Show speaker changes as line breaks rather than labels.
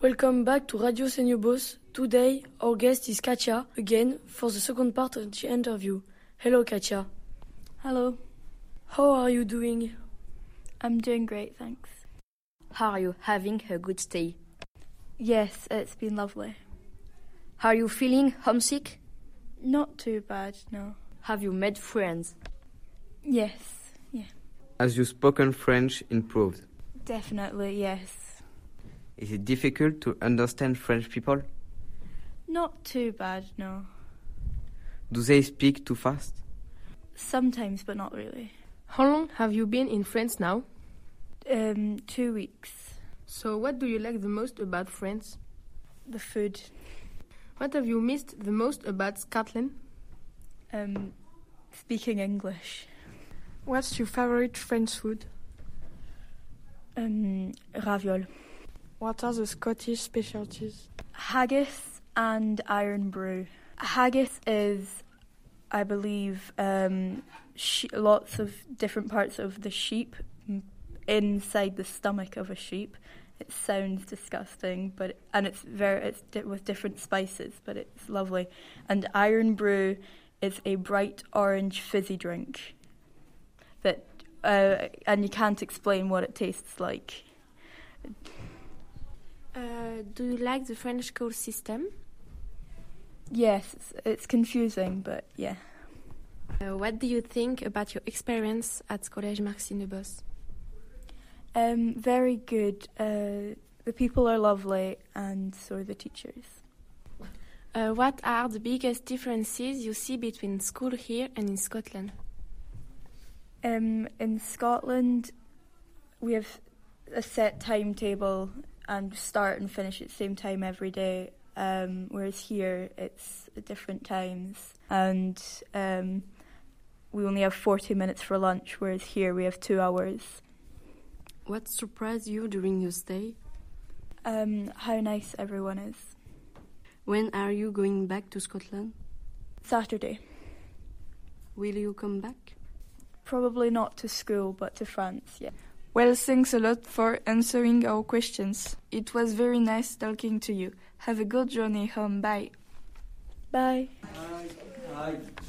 Welcome back to Radio Senubos. Today, our guest is Katja again for the second part of the interview. Hello, Katja.
Hello,
How are you doing?
I'm doing great, thanks.
How are you having a good stay?
Yes, it's been lovely.
Are you feeling homesick?
Not too bad, no.
Have you made friends?
Yes, yeah.
Has your spoken French improved?
Definitely, yes.
Is it difficult to understand French people?
Not too bad, no.
Do they speak too fast?
Sometimes, but not really.
How long have you been in France now?
Um, two weeks.
So, what do you like the most about France?
The food,
What have you missed the most about Scotland?
um, speaking English.
What's your favorite French food?
Um, raviol.
What are the Scottish specialties?
Haggis and iron brew. Haggis is, I believe, um, she- lots of different parts of the sheep m- inside the stomach of a sheep. It sounds disgusting, but and it's very it's di- with different spices, but it's lovely. And iron brew is a bright orange fizzy drink that uh, and you can't explain what it tastes like.
Uh, do you like the French school system?
Yes, it's, it's confusing, but yeah.
Uh, what do you think about your experience at Collège Marcinebos?
Um, very good. Uh, the people are lovely, and so are the teachers.
Uh, what are the biggest differences you see between school here and in Scotland?
Um, in Scotland, we have a set timetable and start and finish at the same time every day. Um, whereas here, it's at different times, and um, we only have forty minutes for lunch. Whereas here, we have two hours.
What surprised you during your stay?
Um, how nice everyone is.
When are you going back to Scotland?
Saturday.
Will you come back?
Probably not to school, but to France. Yeah.
Well, thanks a lot for answering our questions. It was very nice talking to you. Have a good journey home. Bye.
Bye.
Hi.